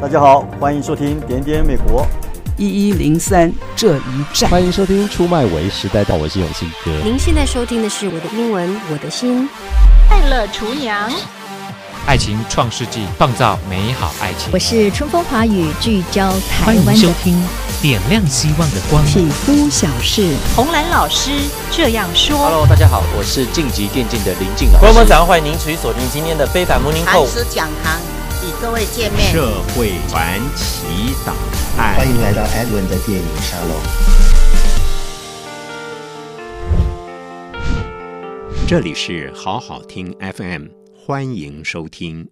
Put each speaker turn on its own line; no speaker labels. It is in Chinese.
大家好，欢迎收听《点点美国》。
一一零三这一站，
欢迎收听《出卖为时代到》，我是永信哥。
您现在收听的是我的英文我的心，
快乐厨娘，
爱情创世纪，创造美好爱情。
我是春风华语，聚焦台
欢迎
湾
收
的。
听《点亮希望的光》。
匹夫小事，
红蓝老师这样说。
Hello，大家好，我是晋级电竞的林静老师。
朋友们，早上欢迎您持续锁定今天的非凡 Morning
韩
Call。
食讲堂与各位见面。
社会传奇档案。
欢迎来到 Edwin 的电影沙龙。
这里是好好听 FM，欢迎收听。